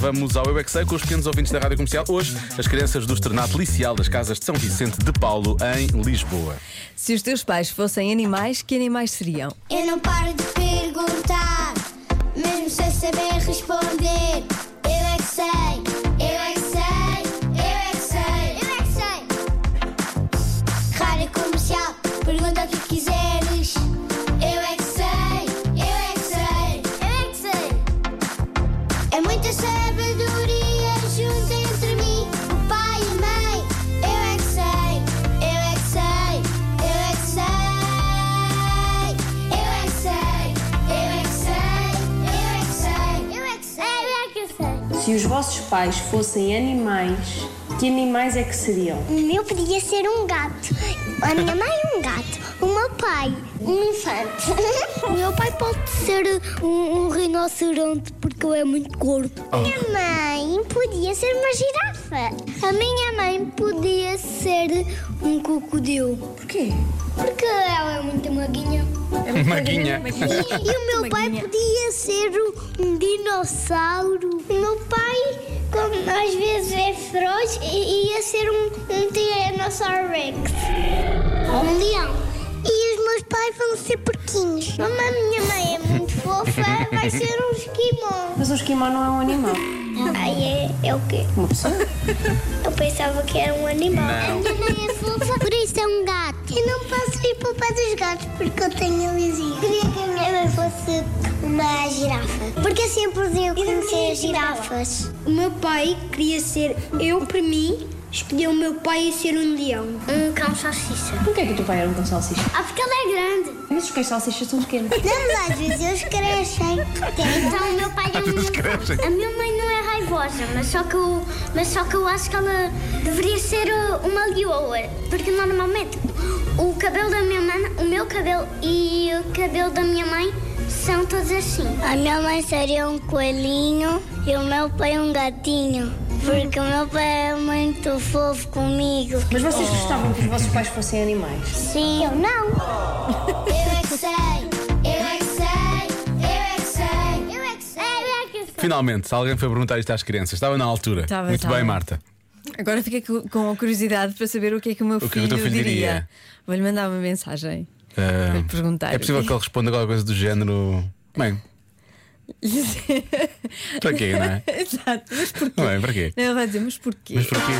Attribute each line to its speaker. Speaker 1: Vamos ao Eu é que Sei, com os pequenos ouvintes da Rádio Comercial. Hoje, as crianças do externato licial das casas de São Vicente de Paulo, em Lisboa.
Speaker 2: Se os teus pais fossem animais, que animais seriam?
Speaker 3: Eu não paro de perguntar, mesmo sem saber responder. Eu é que sei, eu é que sei, eu é que sei, eu é que sei. Rádio comercial, pergunta o que quiseres. Eu é que sei, eu é que sei, eu é que sei. É muita sabedoria junto entre mim, o pai e a mãe. Eu é que sei, eu é que sei, eu é que sei. Eu é que sei, eu é que sei, eu é que sei, eu é que sei, eu é que
Speaker 4: Se os vossos pais fossem animais, que animais é que seriam?
Speaker 3: sei. O meu podia ser um gato, a minha mãe um gato, o meu pai um elefante. O meu pai pode ser um, rinoceronte porque ele é muito gordo. A Minha mãe podia ser uma girafa. A minha mãe podia ser um crocodilo.
Speaker 4: Porquê?
Speaker 3: Porque ela é muito maguinha.
Speaker 1: Maguinha.
Speaker 3: E, e o meu pai podia ser um, um dinossauro. O meu pai, como às vezes é feroz, i- ia ser um, um Tiranossauro Rex. Um leão. E os meus pais vão ser porquinhos. Como a minha mãe é muito fofa, vai ser um esquimó.
Speaker 4: Mas um esquimó não é um animal.
Speaker 3: Aí é, é o quê?
Speaker 4: Uma pessoa.
Speaker 3: Eu pensava que era um animal.
Speaker 1: Não.
Speaker 3: A minha mãe é fofa, por isso é um gato. Eu não posso ir para o pé dos gatos porque eu tenho alisinha. Queria
Speaker 5: é
Speaker 3: que a minha mãe fosse uma girafa. Porque eu sempre podia conhecer as girafas.
Speaker 5: O meu pai queria ser eu por mim, escolheu o meu pai a ser um leão.
Speaker 3: Um cão salsicha.
Speaker 4: Porquê é que o teu pai era um cão salsicha?
Speaker 3: Ah, porque ele é grande.
Speaker 4: Mas os cães salsichas são pequenos.
Speaker 3: Não, às vezes eles crescem. Então o meu pai é
Speaker 1: vezes crescem.
Speaker 3: A minha mãe não é raivosa, mas só que eu, mas só que eu acho que ela deveria ser uh, uma leoa. Porque normalmente o cabelo da minha mãe, o meu cabelo e o cabelo da minha mãe são todos assim. A minha mãe seria um coelhinho e o meu pai um gatinho. Porque o meu pai é muito fofo comigo.
Speaker 4: Mas vocês gostavam que os vossos pais fossem animais?
Speaker 3: Sim. Eu não. Eu é que sei, eu é que sei, eu é que sei, eu é que sei, eu é que sei.
Speaker 1: Finalmente, alguém foi perguntar isto às crianças. Estava na altura.
Speaker 2: Estava,
Speaker 1: Muito
Speaker 2: estava.
Speaker 1: bem, Marta.
Speaker 2: Agora fiquei cu- com a curiosidade para saber o que é que o meu
Speaker 1: que é que o
Speaker 2: filho,
Speaker 1: teu filho diria.
Speaker 2: Vou-lhe mandar uma mensagem.
Speaker 1: Ah,
Speaker 2: Vou-lhe perguntar.
Speaker 1: é possível
Speaker 2: o
Speaker 1: que ele responda alguma coisa do género. Bem,
Speaker 2: que...
Speaker 1: para quê, não é?
Speaker 2: Exato, mas porquê?
Speaker 1: Não é, para quê?
Speaker 2: Não, ele vai dizer, mas porquê?
Speaker 1: Mas porquê?